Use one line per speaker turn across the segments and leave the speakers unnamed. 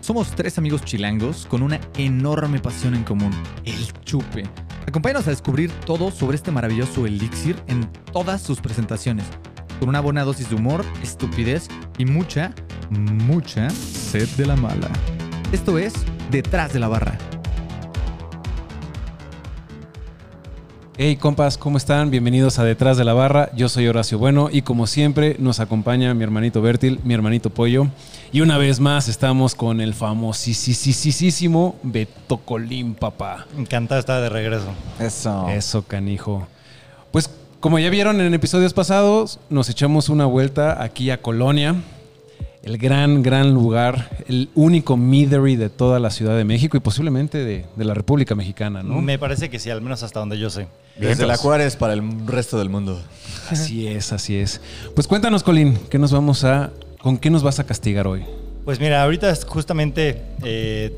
Somos tres amigos chilangos con una enorme pasión en común, el chupe. Acompáñanos a descubrir todo sobre este maravilloso elixir en todas sus presentaciones, con una buena dosis de humor, estupidez y mucha, mucha sed de la mala. Esto es Detrás de la Barra.
Hey compas, ¿cómo están? Bienvenidos a Detrás de la Barra. Yo soy Horacio Bueno y como siempre nos acompaña mi hermanito Bertil, mi hermanito Pollo. Y una vez más estamos con el famosísimo Beto Colín, papá.
Encantada estar de regreso.
Eso.
Eso, canijo. Pues como ya vieron en episodios pasados, nos echamos una vuelta aquí a Colonia. El gran, gran lugar, el único midery de toda la Ciudad de México y posiblemente de, de la República Mexicana, ¿no?
Me parece que sí, al menos hasta donde yo sé.
Desde la Juárez para el resto del mundo.
Así es, así es. Pues cuéntanos, Colín, ¿qué nos vamos a. ¿Con qué nos vas a castigar hoy?
Pues mira, ahorita es justamente eh,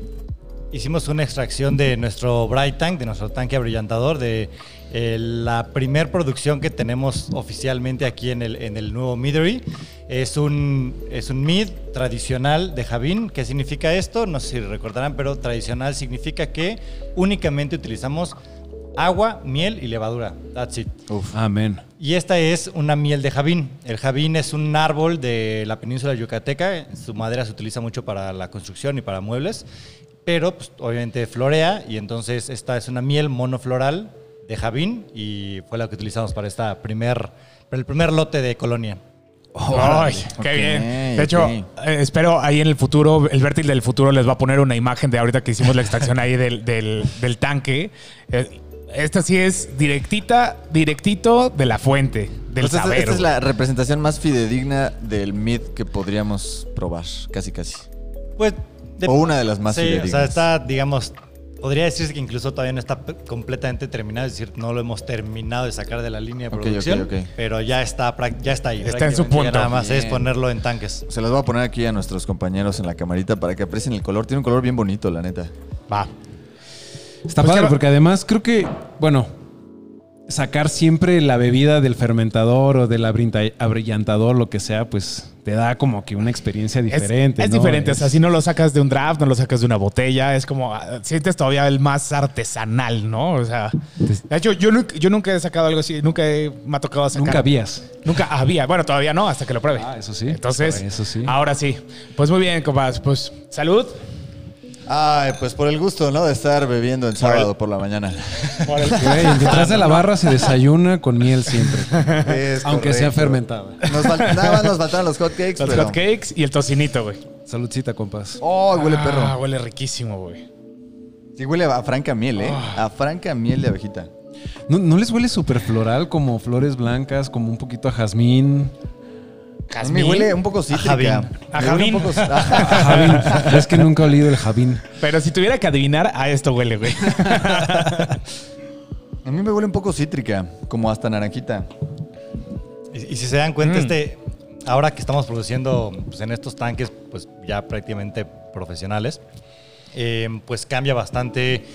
hicimos una extracción de nuestro Bright Tank, de nuestro tanque abrillantador, de eh, la primer producción que tenemos oficialmente aquí en el, en el nuevo Midery. Es un, es un mid tradicional de Javín. ¿Qué significa esto? No sé si recordarán, pero tradicional significa que únicamente utilizamos agua, miel y levadura. That's it.
Uf. Amén.
Y esta es una miel de javín. El javín es un árbol de la península yucateca. Su madera se utiliza mucho para la construcción y para muebles. Pero pues, obviamente florea y entonces esta es una miel monofloral de javín y fue la que utilizamos para, esta primer, para el primer lote de colonia.
Ay, qué
Ok,
bien. De hecho,
ok.
eh, espero ahí en el futuro, el vértil del futuro les va a poner una imagen de ahorita que hicimos la extracción ahí del, del- del tanque. Eh, Esta sí es directita, directito de la fuente, del
Pues esta-
saber.
esta es la representación más fidedigna del mid que podríamos probar, casi casi.
Pues, de-
O una de las más
Sí, o sea,
fidedignas.
está, digamos, podría decirse que incluso todavía no está p- completamente terminado, es decir, no lo hemos terminado de sacar de la línea de
Ok, ok,
producción,
ok.
pero ya está, prac- ya está ahí.
Está en su
prácticamente, ya
punto.
Nada más es
Bien.
ponerlo en tanques.
Se las voy a poner aquí a nuestros compañeros en la camarita para que aprecien el color. Tiene un color bien bonito, la neta.
Va.
Está
Pues
padre,
ya-
porque además creo que, bueno, sacar siempre la bebida del fermentador o del abrinta- abrillantador, lo que sea, pues te da como que una experiencia
Es-
diferente.
Es,
¿no?
diferente. O sea, si no lo sacas de un draft, no lo sacas de una botella. Es como, ah, sientes todavía el más artesanal, ¿no? O sea,
Pues
de hecho, yo, nunca- yo nunca he sacado algo así. Nunca he- me ha tocado sacar.
Nunca habías.
Nunca había. Bueno, todavía no, hasta que lo pruebe.
Ah, eso sí.
Entonces,
Eso sí.
ahora sí. Pues muy bien, compas. Pues salud
Ay, pues por el gusto, ¿no? De estar bebiendo en sábado por la mañana.
por el-
Güey, detrás de la barra se desayuna con miel siempre.
Es
Aunque sea
correcto.
fermentada.
Nos fal- nada más nos faltaban los hotcakes,
los
pero...
hotcakes y el tocinito, güey.
Saludcita, compas.
¡Oh, huele
Ah,
perro!
Huele riquísimo, güey. Ah.
Sí, huele a franca miel, ¿eh? A franca miel de abejita.
¿No, no les huele súper floral, como flores blancas, como un poquito a jazmín?
Me huele un poco cítrica.
javín.
A
Me huele un
javín.
poco-
A Javín. es que nunca he olido el jabín.
Pero si tuviera que adivinar, a esto huele, güey.
A mí me huele un poco cítrica, como hasta naranjita.
Y, y si se dan cuenta,
Mm.
este, ahora que estamos produciendo pues, en estos tanques, pues ya prácticamente profesionales, eh, pues cambia bastante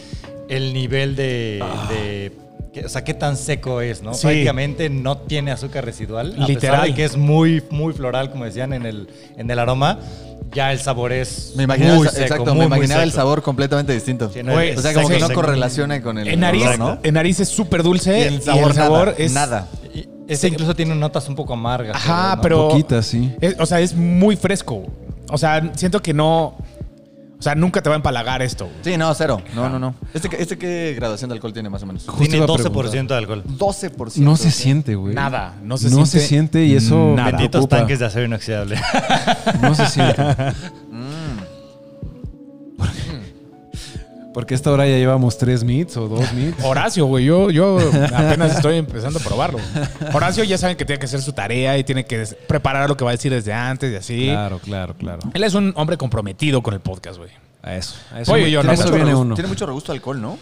el nivel de... de- que- o sea, qué tan seco es, ¿no?
Sí.
Prácticamente no tiene azúcar residual. A pesar
Literal.
de que es muy, muy floral, como decían en el, en el aroma, ya el sabor es
Me imaginaba,
muy
el sa-
seco,
exacto,
muy,
me
muy
imaginaba el
seco.
sabor completamente distinto.
Sí, no,
Güey,
es
o sea, como
seco,
que no
seco.
correlaciona con el
En nariz,
olor, ¿no?
en nariz es súper dulce.
Y el sabor, nada,
es
nada.
Y Ese incluso tiene notas un poco amargas.
Ajá,
¿no?
pero.
Poquita, sí.
es- o sea, es muy fresco. O sea, siento que no. O sea, nunca te va a empalagar esto. güey.
Sí, no, cero. No, no, no. ¿Este, que- este qué graduación de alcohol tiene más o menos?
Justo
Tiene
iba a
12%
preguntar.
de alcohol.
12%.
No se siente, güey.
Nada, no
No
se
se,
siente
siente y eso
nada.
me
Benditos
preocupa.
tanques de acero inoxidable.
No se siente. Mm. Porque- Porque a esta hora ya llevamos tres meets o dos meets.
Horacio, güey, yo, yo apenas estoy empezando a probarlo. Horacio ya saben que tiene que hacer su tarea y tiene que des- preparar lo que va a decir desde antes y así.
Claro, claro, claro.
Él es un hombre comprometido con el podcast, güey.
A eso. A
Oye, yo no,
a eso
mucho
viene
regusto-
uno.
Tiene mucho regusto a alcohol, ¿no?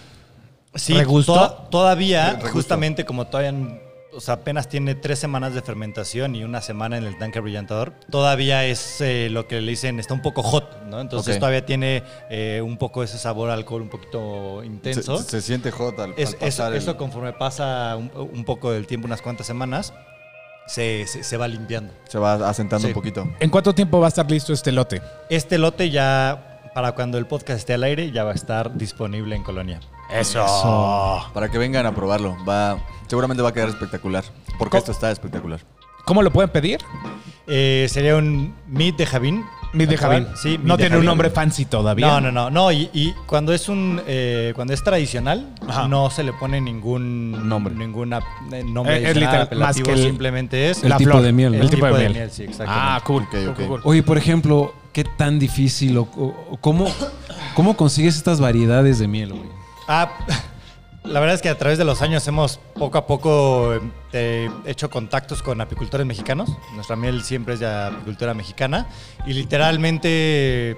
Sí,
¿Regustó?
to- todavía,
Regustó.
justamente como todavía, n- o sea, apenas tiene tres semanas de fermentación y una semana en el tanque brillantador, todavía es eh, lo que le dicen, está un poco hot, ¿no? Entonces
Ok.
todavía tiene eh, un poco ese sabor a alcohol un poquito
Se,
intenso.
se siente hot al, al
Es- eso,
pasar el-
eso conforme pasa un, un poco del tiempo, unas cuantas semanas, se, se- se va limpiando.
Se va asentando
Sí.
un poquito.
¿En cuánto tiempo va a estar listo este lote?
Este lote ya para cuando el podcast esté al aire, ya va a estar disponible en Colonia.
Eso. Oh.
Para que vengan a probarlo. Va, seguramente va a quedar espectacular. Porque esto está espectacular.
¿Cómo lo pueden pedir?
Eh, sería un Meet de Javín.
Mid de
Tal cual.
Javín.
Sí, Meet
no
de
tiene un
Javín.
nombre fancy todavía.
No, no, no. no y, y cuando es un eh, cuando es tradicional,
Ajá.
no se le pone ningún
Nombre.
Ninguna, eh, nombre
Eh, es
adicional,
literal, más
apelativo,
que el-
simplemente es
el
La
tipo
flor.
de miel, ¿no?
El tipo de miel.
sí,
Ah,
exactamente.
cool.
Ok,
cool,
ok.
cool, cool.
Oye, por ejemplo, ¿qué tan difícil o, o- o cómo, cómo consigues estas variedades de miel, güey?
Ah, la verdad es que a través de los años hemos poco a poco eh, eh, hecho contactos con apicultores mexicanos. Nuestra miel siempre es de apicultura mexicana y literalmente eh,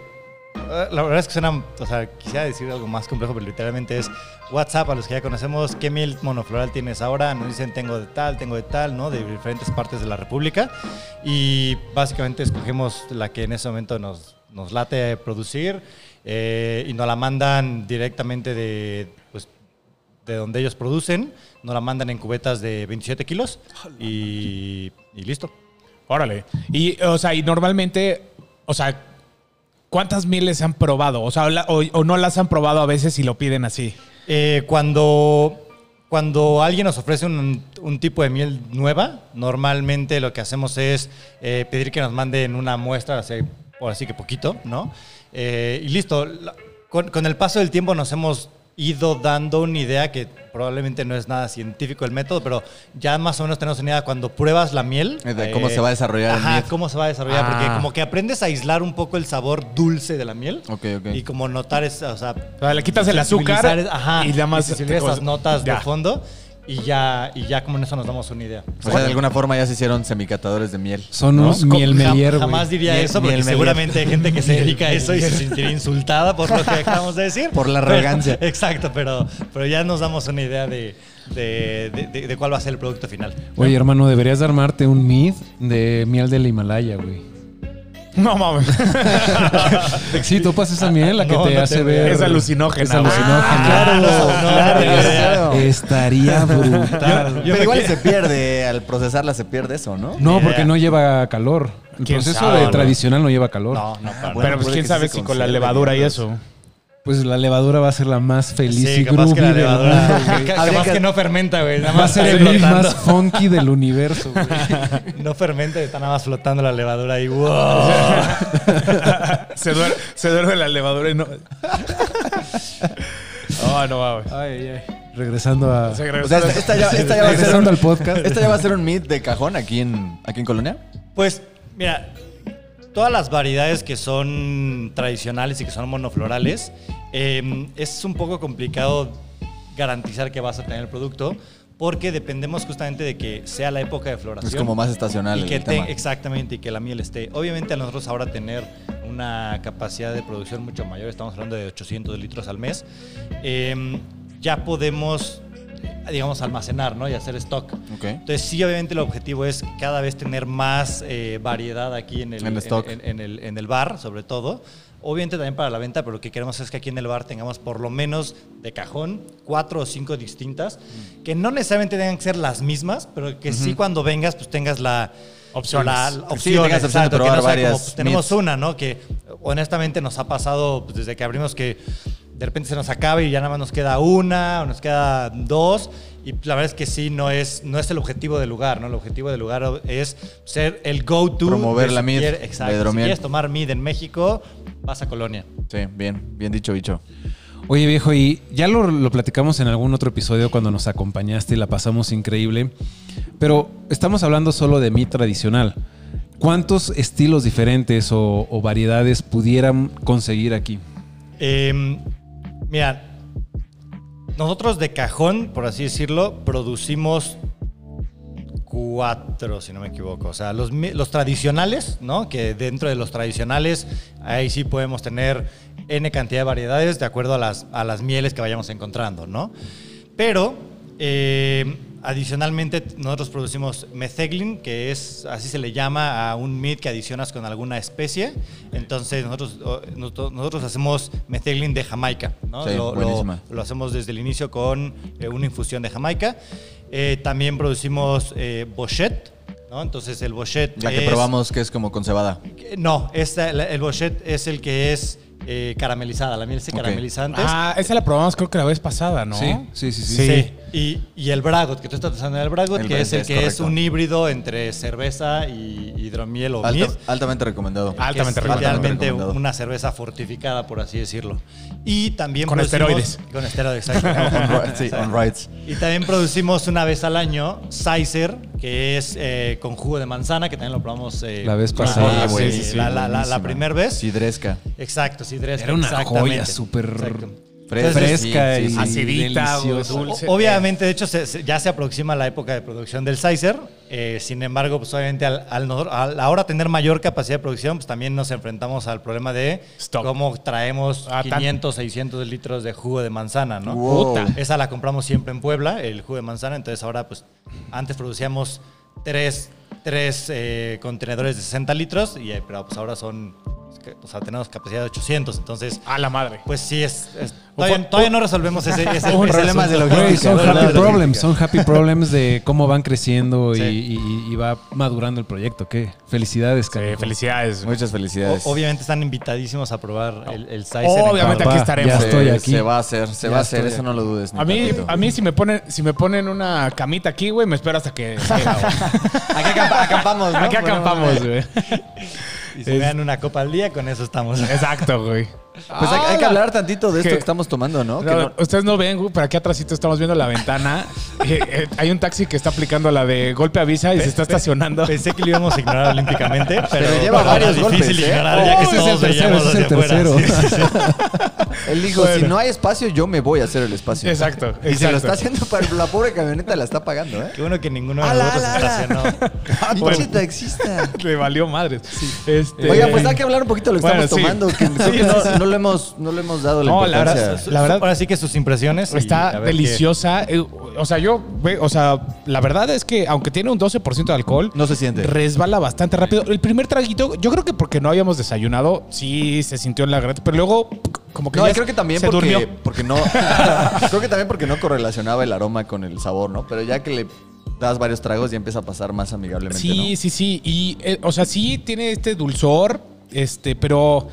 la verdad es que suena, o sea, quisiera decir algo más complejo, pero literalmente es WhatsApp a los que ya conocemos, qué miel monofloral tienes ahora, nos dicen tengo de tal, tengo de tal, ¿no? De diferentes partes de la República y básicamente escogemos la que en ese momento nos, nos late producir eh, y nos la mandan directamente de, pues, de donde ellos producen, nos la mandan en cubetas de 27 kilos y, y listo.
Órale. Y, o sea, y normalmente, o sea, ¿cuántas miles han probado? O sea, o, la- o- o no las han probado a veces y lo piden así.
Eh, cuando, cuando alguien nos ofrece un, un tipo de miel nueva, normalmente lo que hacemos es eh, pedir que nos manden una muestra, así, por así que poquito, ¿no? Eh, y listo. La- Con, con el paso del tiempo nos hemos ido dando una idea que probablemente no es nada científico el método, pero ya más o menos tenemos una idea cuando pruebas la miel.
Eh, de cómo se va a desarrollar el
ajá,
miel.
cómo se va a desarrollar, porque
Ah.
como que aprendes a aislar un poco el sabor dulce de la miel
Ok, ok.
y como notar esa, o sea,
O sea, le quitas el azúcar
sensibilizar- ajá,
y
y
nada más-
sensibilizar esas notas
Ya.
de fondo y ya y ya como en eso nos damos una idea.
O sea, de alguna forma ya se hicieron semicatadores de miel.
Son
¿no?
unos miel melier,
Jam-
güey.
jamás diría
Miel-
eso porque
miel melier.
seguramente hay gente que se dedica a eso y se sentiría insultada por lo que acabamos de decir.
Por la
Pero-
arrogancia.
exacto, pero, pero ya nos damos una idea de, de- de- de- de cuál va a ser el producto final.
Oye, hermano, deberías de armarte un mid de miel del Himalaya, güey.
No mames.
Sí, topas esa miel, la que
No,
te
no
hace
te
ver.
Es alucinógena,
Es
güey.
alucinógena.
claro, no, no,
claro,
no,
Ah, claro.
Eh, Estaría brutal.
Yo- yo
Pero
me
igual
quedé-
se pierde, al procesarla se pierde eso, ¿no?
No,
Ni
porque
idea.
no lleva calor. El
¿Quién
proceso
sabe,
de
no?
tradicional no lleva calor.
No, no, para
Bueno,
Pero pues
puede
quién
que
sabe
sí
si
se
con la
conserve,
levadura y
¿no?
eso.
Pues la levadura va a ser la más feliz
Sí,
y
capaz
groovy
que la
del
levadura.
mundo, güey.
ca-
Habría
capaz
que-
que no fermenta, güey. Nada
Va a
más
ser
está
el mid
flotando.
más funky del universo, güey.
No fermenta, está nada más flotando la levadura ahí. ¡Wow!
se, duerme, se duerme la levadura y no. No, no mames.
Ay, ay. Regresando a.
Se
O sea, esta, esta ya, esta ya va a ser
Regresando
un,
al podcast.
esta ya va a ser un meet de cajón aquí en, aquí en Colonia.
Pues, mira, todas las variedades que son tradicionales y que son monoflorales, eh, es un poco complicado garantizar que vas a tener el producto porque dependemos justamente de que sea la época de floración.
Es como más estacional.
Y que
el
te-
tema.
exactamente, y que la miel esté. Obviamente a nosotros ahora tener una capacidad de producción mucho mayor, estamos hablando de 800 litros al mes, eh, ya podemos, eh, digamos, almacenar ¿no? y hacer stock.
Ok.
Entonces sí, obviamente el objetivo es cada vez tener más eh, variedad aquí en el,
En el stock.
en- en el- en el bar, sobre todo. Obviamente también para la venta, pero lo que queremos es que aquí en el bar tengamos por lo menos de cajón cuatro o cinco distintas,
Mm.
que no necesariamente tengan que ser las mismas, pero que sí cuando vengas pues tengas la
Opciones.
la-
Sí,
la opción,
tengas opción de
exacto, que
probar
no sea como,
varias
pues, tenemos
meats.
una, ¿no? Que honestamente nos ha pasado pues, desde que abrimos que de repente se nos acaba y ya nada más nos queda una o nos queda dos. Y la verdad es que sí, no es, no es el objetivo del lugar, ¿no? El objetivo del lugar es ser el go-to.
Promover
de
la
si
mid,
quieres-
la
Exacto. Si
hidromiel.
quieres tomar mid en México, vas a Colonia.
Sí, bien, bien dicho, bicho.
Oye, viejo, y ya lo, lo platicamos en algún otro episodio cuando nos acompañaste y la pasamos increíble. Pero estamos hablando solo de mi tradicional. ¿Cuántos estilos diferentes o, o variedades pudieran conseguir aquí?
Eh, mira, nosotros de cajón, por así decirlo, producimos cuatro, si no me equivoco. O sea, los, mi- los tradicionales, ¿no? Que dentro de los tradicionales, ahí sí podemos tener N cantidad de variedades de acuerdo a las, a las mieles que vayamos encontrando, ¿no? Pero, eh, adicionalmente, nosotros producimos metheglin, que es, así se le llama a un meat que adicionas con alguna especie. Entonces, nosotros, o- noto- nosotros hacemos metheglin de Jamaica, ¿no?
Sí,
Lo- lo-
buenísima.
lo hacemos desde el inicio con eh, una infusión de Jamaica. Eh, también producimos eh, bochet, ¿no? Entonces el bochet
La que
es-
probamos que es como con cebada.
que- No, esta- la- el bochet es el que es eh, caramelizada, la miel se
Ok.
carameliza antes.
Ah, esa la probamos creo que la vez pasada, ¿no?
Sí, sí, sí, sí.
Sí.
Sí. Y, y el Bragot, que tú estás usando el Bragot,
El
que es el
es
que es
correcto.
un híbrido entre cerveza y hidromiel o
Alta-
miel.
altamente recomendado.
Ah,
que es
altamente recomendado.
Realmente
Recomendado.
una cerveza fortificada, por así decirlo. Y también
Con
producimos-
esteroides.
Con esteroides, exacto.
On ri- sí, on rights.
Y también producimos una vez al año Sizer, que es eh, con jugo de manzana, que también lo probamos eh,
La vez
con-
pasada,
eh,
güey,
la-
sí, sí,
la, la,
buenísima.
primera vez.
Sidresca.
Exacto, sidresca.
Era una
exactamente.
joya súper
Exacto.
Fresca,
Entonces,
Fresca
Sí, sí,
y
sí.
Acidita, güey,
deliciosa.
dulce.
O- Obviamente, de hecho, se- se- ya se aproxima la época de producción del Sizer. eh, sin embargo, pues obviamente al, al no- a la hora de tener mayor capacidad de producción, pues también nos enfrentamos al problema de
Stock.
cómo traemos
Ah, tan-
500, 600 litros de jugo de manzana, ¿no?
Wow.
Puta.
Esa la compramos siempre en Puebla, el jugo de manzana. Entonces ahora, pues, antes producíamos tres, tres eh, contenedores de 60 litros, y, eh, pero pues ahora son, o sea, tenemos capacidad de 800. Entonces,
A la madre.
pues sí, es, es-
O
todavía,
fue-
todavía no resolvemos ese, ese- ese
problemas de
asunto.
logística.
Güey, son
Problemas de
happy
logística.
problems, son happy problems de cómo van creciendo y,
Sí.
y- y va madurando el proyecto. ¿Qué? Felicidades,
Sí,
carajo.
felicidades.
Muchas felicidades.
O- Obviamente están invitadísimos a probar el, el Sizer.
Obviamente
Papá,
aquí estaremos.
ya
Se-
estoy aquí.
Se va a hacer, se
Ya
va a hacer,
estoy
eso no lo dudes. ni
A mí,
tantito.
a mí si me ponen, si me ponen una camita aquí, güey, me espero hasta que.
Aquí acampa- acampamos, ¿no?
aquí acampamos, güey.
Y se vean una copa al día, con eso estamos.
Exacto, güey.
Pues hay,
Ah,
hay que hablar tantito de esto
¿Qué?
que estamos tomando, ¿no? Que
No,
no-
Ustedes no ven, güey, pero aquí atrásito estamos viendo la ventana. Eh, eh, hay un taxi que está aplicando la de golpe avisa y se está estacionando.
Pensé que lo íbamos a ignorar olímpicamente, pero,
Pero lleva varios
difícil
golpes, ¿eh?
ignorar ya que
ese es
todos
el tercero, ese
veíamos
es el
desde afuera.
tercero.
Sí, sí, sí.
Él dijo,
Bueno.
si no hay espacio, yo me voy a hacer el espacio.
Exacto,
Y se lo
exacto.
está haciendo para la pobre camioneta, la está pagando, ¿eh?
Qué bueno que ninguno de
Ala,
nosotros
ala, ala.
estacionó.
Ah,
Bueno.
pinche taxista.
Le valió madres. Este,
Oiga, pues hay que hablar un poquito de lo que
Bueno, sí.
estamos tomando, que creo que no, no lo hemos, no le hemos dado la
No, la
importancia.
verdad- La verdad-
ahora sí que sus impresiones. y
Está
a ver qué-
deliciosa. Eh, O sea, yo, güey, o sea, la verdad es que aunque tiene un 12% de alcohol,
No se siente.
resbala bastante rápido. El primer traguito, yo creo que porque no habíamos desayunado, sí se sintió en la garganta, pero luego como que
No,
ya
y creo que también
se
porque,
durmió.
porque no. creo que también porque no correlacionaba el aroma con el sabor, ¿no? Pero ya que le das varios tragos, ya empieza a pasar más amigablemente,
Sí, sí, sí. Y, eh, o sea, sí tiene este dulzor, este, pero...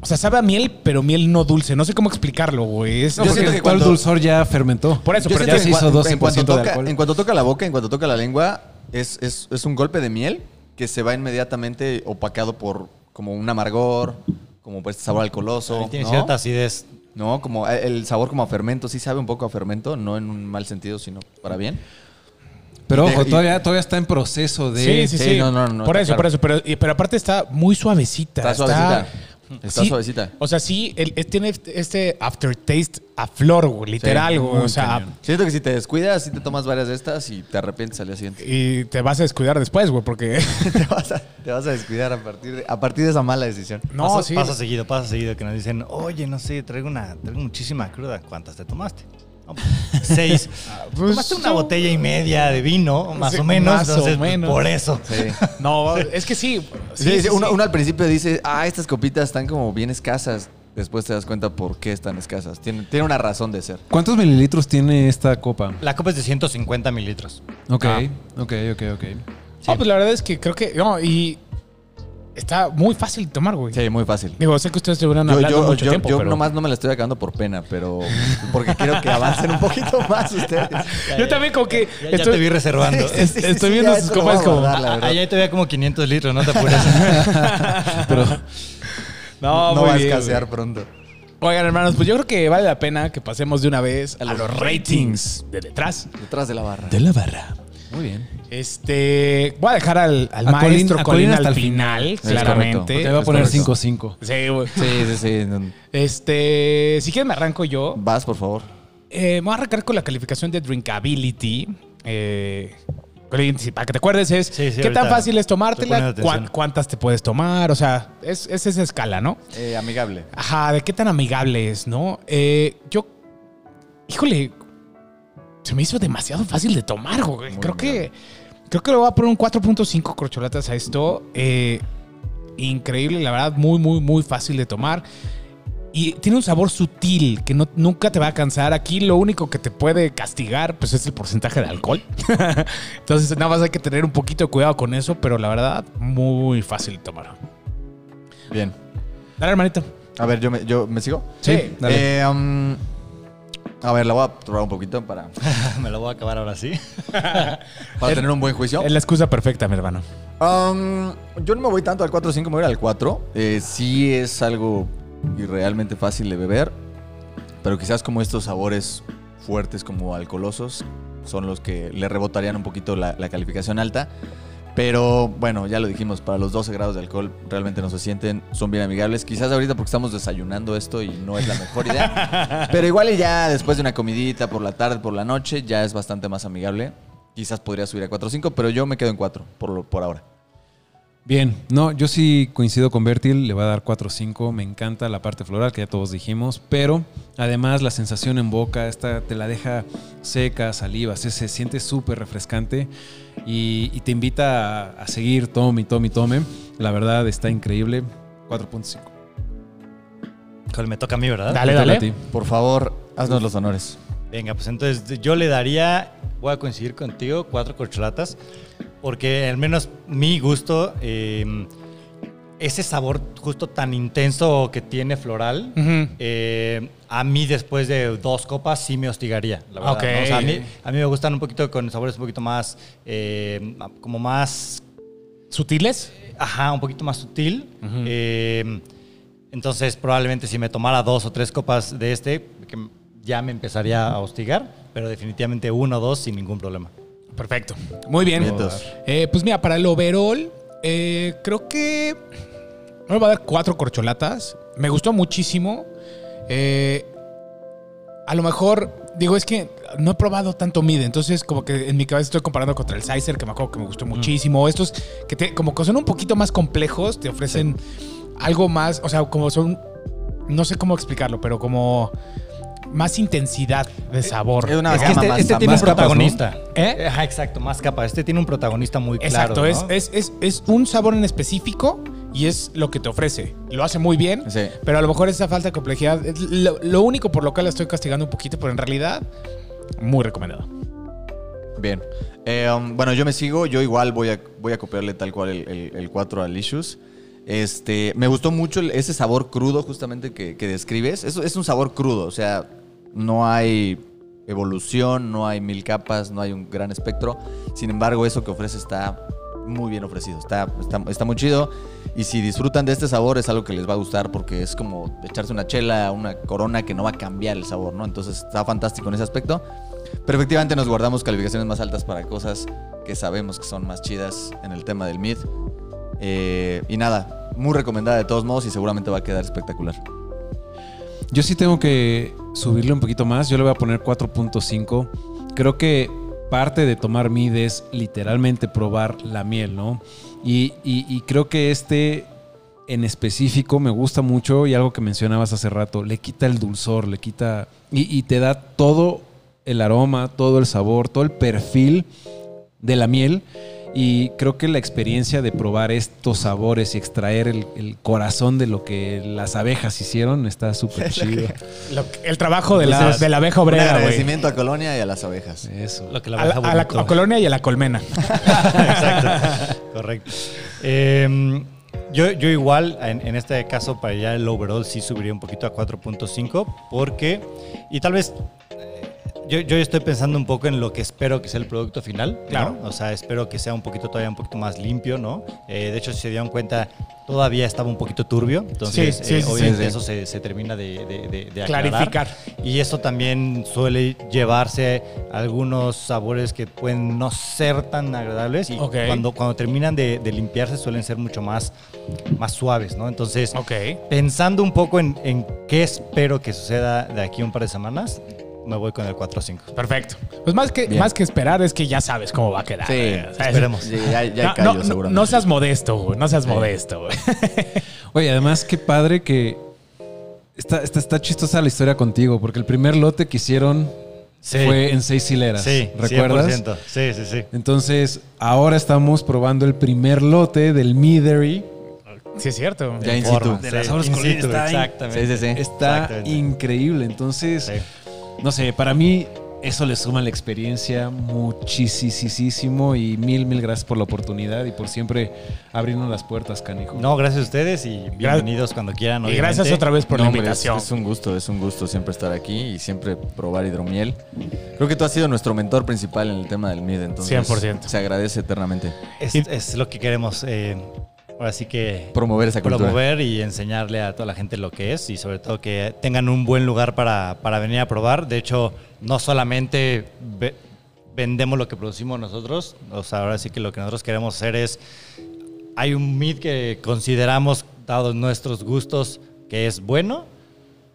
O sea, sabe a miel, pero miel no dulce. No sé cómo explicarlo, güey. Es-
Yo
porque-
siento
Porque todo
que
el
cuando-
dulzor ya fermentó.
Por
¿no?
eso,
Yo
pero
siento
ya
que
se
en
hizo
cua-
12%
en cuanto
de
toca-
alcohol.
En cuanto toca la boca, en cuanto toca la lengua, es, es- es un golpe de miel que se va inmediatamente opacado por como un amargor, como por este sabor alcoholoso.
Tiene
¿no?
cierta acidez.
No, como eh, el sabor como a fermento, sí sabe un poco a fermento, no en un mal sentido, sino para bien.
Pero
Y-
ojo,
y-
todavía, todavía está en proceso de.
Sí, sí, sí.
sí, no, no, no,
por
está
eso, por
claro.
eso. Pero, y- pero aparte está muy suavecita.
Está suavecita. Está
Sí,
suavecita.
O sea, sí, el- es- tiene este aftertaste a flor, güey, literal,
Sí,
güey. O sea,
Siento que si te descuidas, si te tomas varias de estas y te arrepientes al día siguiente.
y te vas a descuidar después, güey, porque.
te, vas a, te vas a descuidar a partir, de, a partir de esa mala decisión.
No,
pasa,
sí.
pasa seguido, pasa seguido que nos dicen, oye, no sé, traigo una, traigo muchísima cruda. ¿Cuántas te tomaste? No, pues, Seis.
pues,
tomaste una
sí.
botella y media de vino, más
Sí,
o menos.
más o
entonces, pues,
menos.
Por eso.
Sí.
No, es que sí.
Sí, sí, uno, uno al principio dice, ah, estas copitas están como bien escasas. Después te das cuenta por qué están escasas. Tiene, tiene una razón de ser.
¿Cuántos mililitros tiene esta copa?
La copa es de 150 mililitros.
Ok,
Ah.
ok, ok, ok.
Ah, pues la verdad es que creo que. No, y. Está muy fácil de tomar, güey.
Sí, muy fácil.
Digo, sé que ustedes llevan
Yo,
hablando
yo,
mucho
yo-
tiempo,
yo
pero...
nomás no me la estoy acabando por pena, pero porque quiero que avancen un poquito más ustedes.
Yo también como que...
Ya, ya
estoy-
te vi reservando.
Estoy viendo sus
eso lo voy a
copas como- Ah,
guardar, la verdad.
Allá todavía como 500 litros, no te apures.
Pero
No,
no
Ah, muy
va a
bien,
escasear pronto.
güey. Oigan, hermanos, pues yo creo que vale la pena que pasemos de una vez a,
A
los,
los
ratings de detrás
Detrás de la barra.
de la barra.
muy bien.
Este, voy a dejar al, al
A Colín-
maestro
a
Colín,
Colín hasta
al
el
final,
Es
claramente. Pues
correcto.
Te voy a
es
poner
correcto.
5-5.
Sí, güey.
Sí, sí, sí. no.
Este, si quieren me arranco yo.
Vas, por favor.
Eh, me voy a arrancar con la calificación de drinkability. Eh, Colín, si- para que te acuerdes es
Sí, sí,
qué tan
ahorita
fácil es tomártela,
estoy poniendo atención.
¿Cuán- cuántas te puedes tomar, o sea, es, es esa escala, ¿no?
Eh, amigable.
Ajá, de qué tan amigable es, ¿no? Eh, yo, híjole, se me hizo demasiado fácil de tomar, güey.
Muy
creo
amigable.
que creo que le voy a poner un 4.5 corcholatas a esto. Eh, increíble, la verdad, muy, muy, muy fácil de tomar. Y tiene un sabor sutil que no, nunca te va a cansar. Aquí lo único que te puede castigar pues es el porcentaje de alcohol. Entonces nada más hay que tener un poquito de cuidado con eso, pero la verdad muy fácil de tomar.
Bien.
Dale, hermanito.
A ver, yo me, yo, ¿me sigo.
Sí.
Dale.
Eh, um, a ver, la voy a probar un poquito para,
Me lo voy a acabar ahora sí.
para tener un buen juicio.
Es la excusa perfecta, mi hermano.
Um, yo no me voy tanto al 4 o 5, me voy a ir al 4. Eh, sí es algo y realmente fácil de beber, pero quizás como estos sabores fuertes como alcoholosos son los que le rebotarían un poquito la, la calificación alta. Pero bueno, ya lo dijimos, para los 12 grados de alcohol realmente no se sienten, son bien amigables. Quizás ahorita porque estamos desayunando esto y no es la mejor idea. pero igual y ya después de una comidita por la tarde, por la noche, ya es bastante más amigable. Quizás podría subir a 4 o 5, pero yo me quedo en 4 por, lo- por ahora.
Bien, no, yo sí coincido con Bertil, le va a dar 4 o 5, me encanta la parte floral que ya todos dijimos, pero además la sensación en boca, esta te la deja seca, saliva, se, se siente súper refrescante y, y te invita a, a seguir, tome, tome, tome, la verdad está increíble, 4.5.
Híjole, me toca a mí, ¿verdad?
Dale,
Te toca a
dale.
ti.
Por favor, haznos los honores.
Venga, pues entonces yo le daría, voy a coincidir contigo, cuatro corcholatas, porque al menos mi gusto, eh, ese sabor justo tan intenso que tiene floral,
Ujú.
eh, a mí después de dos copas sí me hostigaría, la verdad.
Ok.
¿no? O sea, a, mí, a mí me gustan un poquito con sabores un poquito más, eh, como más
¿Sutiles?
Ajá, un poquito más sutil. Eh, entonces, probablemente si me tomara dos o tres copas de este, que m- ya me empezaría a hostigar, pero definitivamente uno o dos sin ningún problema.
Perfecto. Muy bien.
Vientos.
Eh, pues mira, para el overall, eh, creo que me va a dar cuatro corcholatas. Me gustó muchísimo. Eh, a lo mejor, digo, es que no he probado tanto mid, entonces como que en mi cabeza estoy comparando contra el Sizer, que me acuerdo que me gustó muchísimo. Estos que te- como que son un poquito más complejos, te ofrecen algo más, o sea, como son, no sé cómo explicarlo, pero como más intensidad de sabor.
Eh, Es una
es que
gama
este,
más-
este tiene un
más capas, ¿no?
protagonista.
¿Eh?
Ajá, exacto, más capas. Este tiene un protagonista muy claro.
Exacto, es,
¿no?
es, es- es un sabor en específico y es lo que te ofrece. Lo hace muy bien,
Sí.
pero a lo mejor esa falta de complejidad es lo, lo único por lo cual la estoy castigando un poquito, pero en realidad, muy recomendado.
Bien. Eh, um, bueno, yo me sigo. Yo igual voy a, voy a copiarle tal cual el, el- el 4 al Issues. Este, me gustó mucho el- ese sabor crudo justamente que, que describes. Es, es un sabor crudo, o sea, no hay evolución, no hay mil capas, no hay un gran espectro. Sin embargo, eso que ofrece está muy bien ofrecido, está, está, está muy chido. Y si disfrutan de este sabor es algo que les va a gustar porque es como echarse una chela, una corona que no va a cambiar el sabor, ¿no? Entonces está fantástico en ese aspecto. Pero efectivamente nos guardamos calificaciones más altas para cosas que sabemos que son más chidas en el tema del mid. Eh, y nada, muy recomendada de todos modos y seguramente va a quedar espectacular.
Yo sí tengo que subirle un poquito más. Yo le voy a poner 4.5. Creo que parte de tomar mid es literalmente probar la miel, ¿no? Y, y- y creo que este en específico me gusta mucho y algo que mencionabas hace rato, le quita el dulzor, le quita... Y, y te da todo el aroma, todo el sabor, todo el perfil de la miel. Y creo que la experiencia de probar estos sabores y extraer el, el corazón de lo que las abejas hicieron está súper chido.
Lo que- el trabajo de, la,
Entonces,
de la abeja
Un
obrera, güey.
agradecimiento a Colonia y a las abejas.
Eso.
lo que la
A la,
abeja
a la
vomitó.
co- colonia y a la colmena.
Exacto. Correcto. Eh, yo, yo igual, en, en este caso, para ya el overall sí subiría un poquito a 4.5 porque, y tal vez, eh, yo, yo estoy pensando un poco en lo que espero que sea el producto final. ¿no?
Claro.
O sea, espero que sea un poquito todavía un poquito más limpio, ¿no? Eh, de hecho, si se dieron cuenta, todavía estaba un poquito turbio. Entonces,
Sí, sí,
eh,
sí, sí.
obviamente
Sí.
eso se, se termina de, de- de- de aclarar.
Clarificar.
Y eso también suele llevarse algunos sabores que pueden no ser tan agradables y
Ok.
cuando, cuando terminan de, de limpiarse suelen ser mucho más, más suaves, ¿no? Entonces,
Ok.
pensando un poco en, en qué espero que suceda de aquí a un par de semanas, me voy con el 4 o 5.
Perfecto. Pues más que,
Bien.
más que esperar es que ya sabes cómo va a quedar.
Sí,
Ah, güey. O sea,
esperemos.
Sí, ya, ya
No,
hay callo,
no, no,
seguramente.
no seas modesto, güey. No seas modesto, güey.
Oye, además, qué padre que. Está, está, está chistosa la historia contigo, porque el primer lote que hicieron
Sí.
fue en seis hileras.
Sí,
¿Recuerdas?
100%. Sí, sí, sí.
Entonces, ahora estamos probando el primer lote del Midery.
Sí, es cierto.
Ya in
Forma,
situ.
sí, in situ, exactamente.
Sí, sí, sí.
Está
Exactamente.
increíble. Entonces,
Sí.
no sé, para mí Eso le suma la experiencia muchísimo y mil, mil gracias por la oportunidad y por siempre abrirnos las puertas, canijo.
No, gracias a ustedes y bienvenidos cuando quieran.
Y gracias
obviamente.
otra vez por
No,
la
hombre,
invitación.
Es, es un gusto, es un gusto siempre estar aquí y siempre probar hidromiel. Creo que tú has sido nuestro mentor principal en el tema del MID, entonces
100%.
se agradece eternamente
Es, es lo que queremos. eh, ahora sí que
promover esa cultura.
promover y enseñarle a toda la gente lo que es y sobre todo que tengan un buen lugar para, para venir a probar. De hecho, no solamente ve- vendemos lo que producimos nosotros, o sea, ahora sí que lo que nosotros queremos hacer es, hay un meat que consideramos, dados nuestros gustos, que es bueno,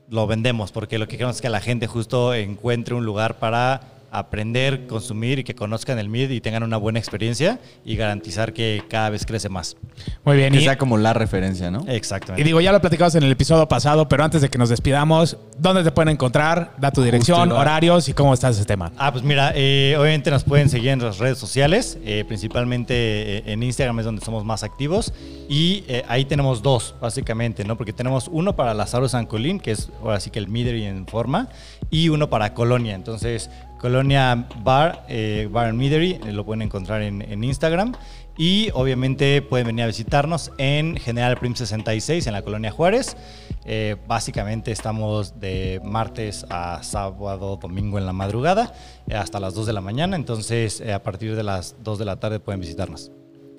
lo vendemos, porque lo que queremos es que la gente justo encuentre un lugar para aprender, consumir y que conozcan el meat y tengan una buena experiencia y garantizar que cada vez crece más.
Muy bien.
Que
y-
sea como la referencia, ¿no?
Exactamente.
Y digo, ya lo platicamos en el episodio pasado, pero antes de que nos despidamos, ¿dónde te pueden encontrar? Da tu dirección,
Justo, ¿no?
horarios y cómo está ese tema.
Ah, pues mira, eh, obviamente nos pueden seguir en las redes sociales, eh, principalmente eh, en Instagram es donde somos más activos y eh, ahí tenemos dos, básicamente, ¿no? Porque tenemos uno para Lazaro San Colín, que es ahora sí que el Midri en forma, y uno para Colonia. Entonces, Colonia Bar, eh, Bar and Midri, eh, lo pueden encontrar en, en Instagram. Y obviamente pueden venir a visitarnos en General Prim 66 en la colonia Juárez. Eh, básicamente estamos de martes a sábado, domingo en la madrugada, eh, hasta las 2 de la mañana. Entonces, eh, a partir de las 2 de la tarde pueden visitarnos.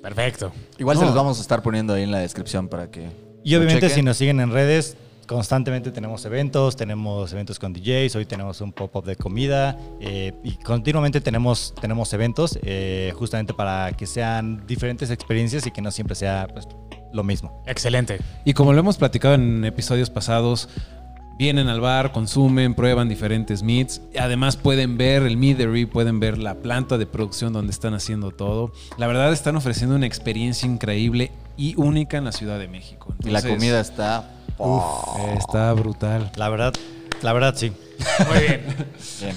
Perfecto.
Igual se No. los vamos a estar poniendo ahí en la descripción para que.
Y
lo
obviamente,
chequen.
si nos siguen en redes, constantemente tenemos eventos, tenemos eventos con DJs, hoy tenemos un pop-up de comida eh, y continuamente tenemos, tenemos eventos eh, justamente para que sean diferentes experiencias y que no siempre sea pues, lo mismo.
Excelente.
Y como lo hemos platicado en episodios pasados, vienen al bar, consumen, prueban diferentes meats. Además pueden ver el meadery, pueden ver la planta de producción donde están haciendo todo. La verdad están ofreciendo una experiencia increíble y única en la Ciudad de México.
Y la
Entonces,
comida está.
está brutal.
La verdad, la verdad sí.
Muy bien.
Bien.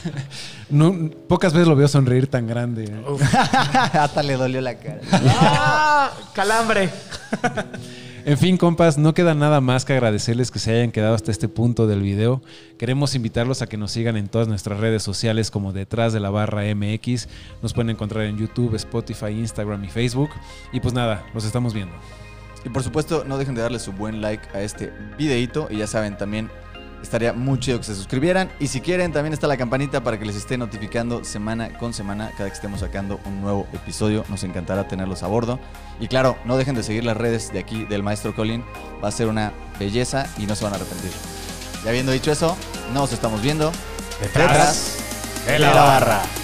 No, pocas veces lo veo sonreír tan grande. ¿eh?
Hasta le dolió la cara.
¡Ah! Calambre.
En fin, compas, no queda nada más que agradecerles que se hayan quedado hasta este punto del video. Queremos invitarlos a que nos sigan en todas nuestras redes sociales como Detrás de la Barra MX. Nos pueden encontrar en YouTube, Spotify, Instagram y Facebook. Y pues nada, los estamos viendo.
Y por supuesto, no dejen de darle su buen like a este videito. Y ya saben, también estaría muy chido que se suscribieran. Y si quieren, también está la campanita para que les esté notificando semana con semana cada que estemos sacando un nuevo episodio. Nos encantará tenerlos a bordo. Y claro, no dejen de seguir las redes de aquí del maestro Colin. Va a ser una belleza y no se van a arrepentir. Y habiendo dicho eso, nos estamos viendo.
Detrás
de la barra.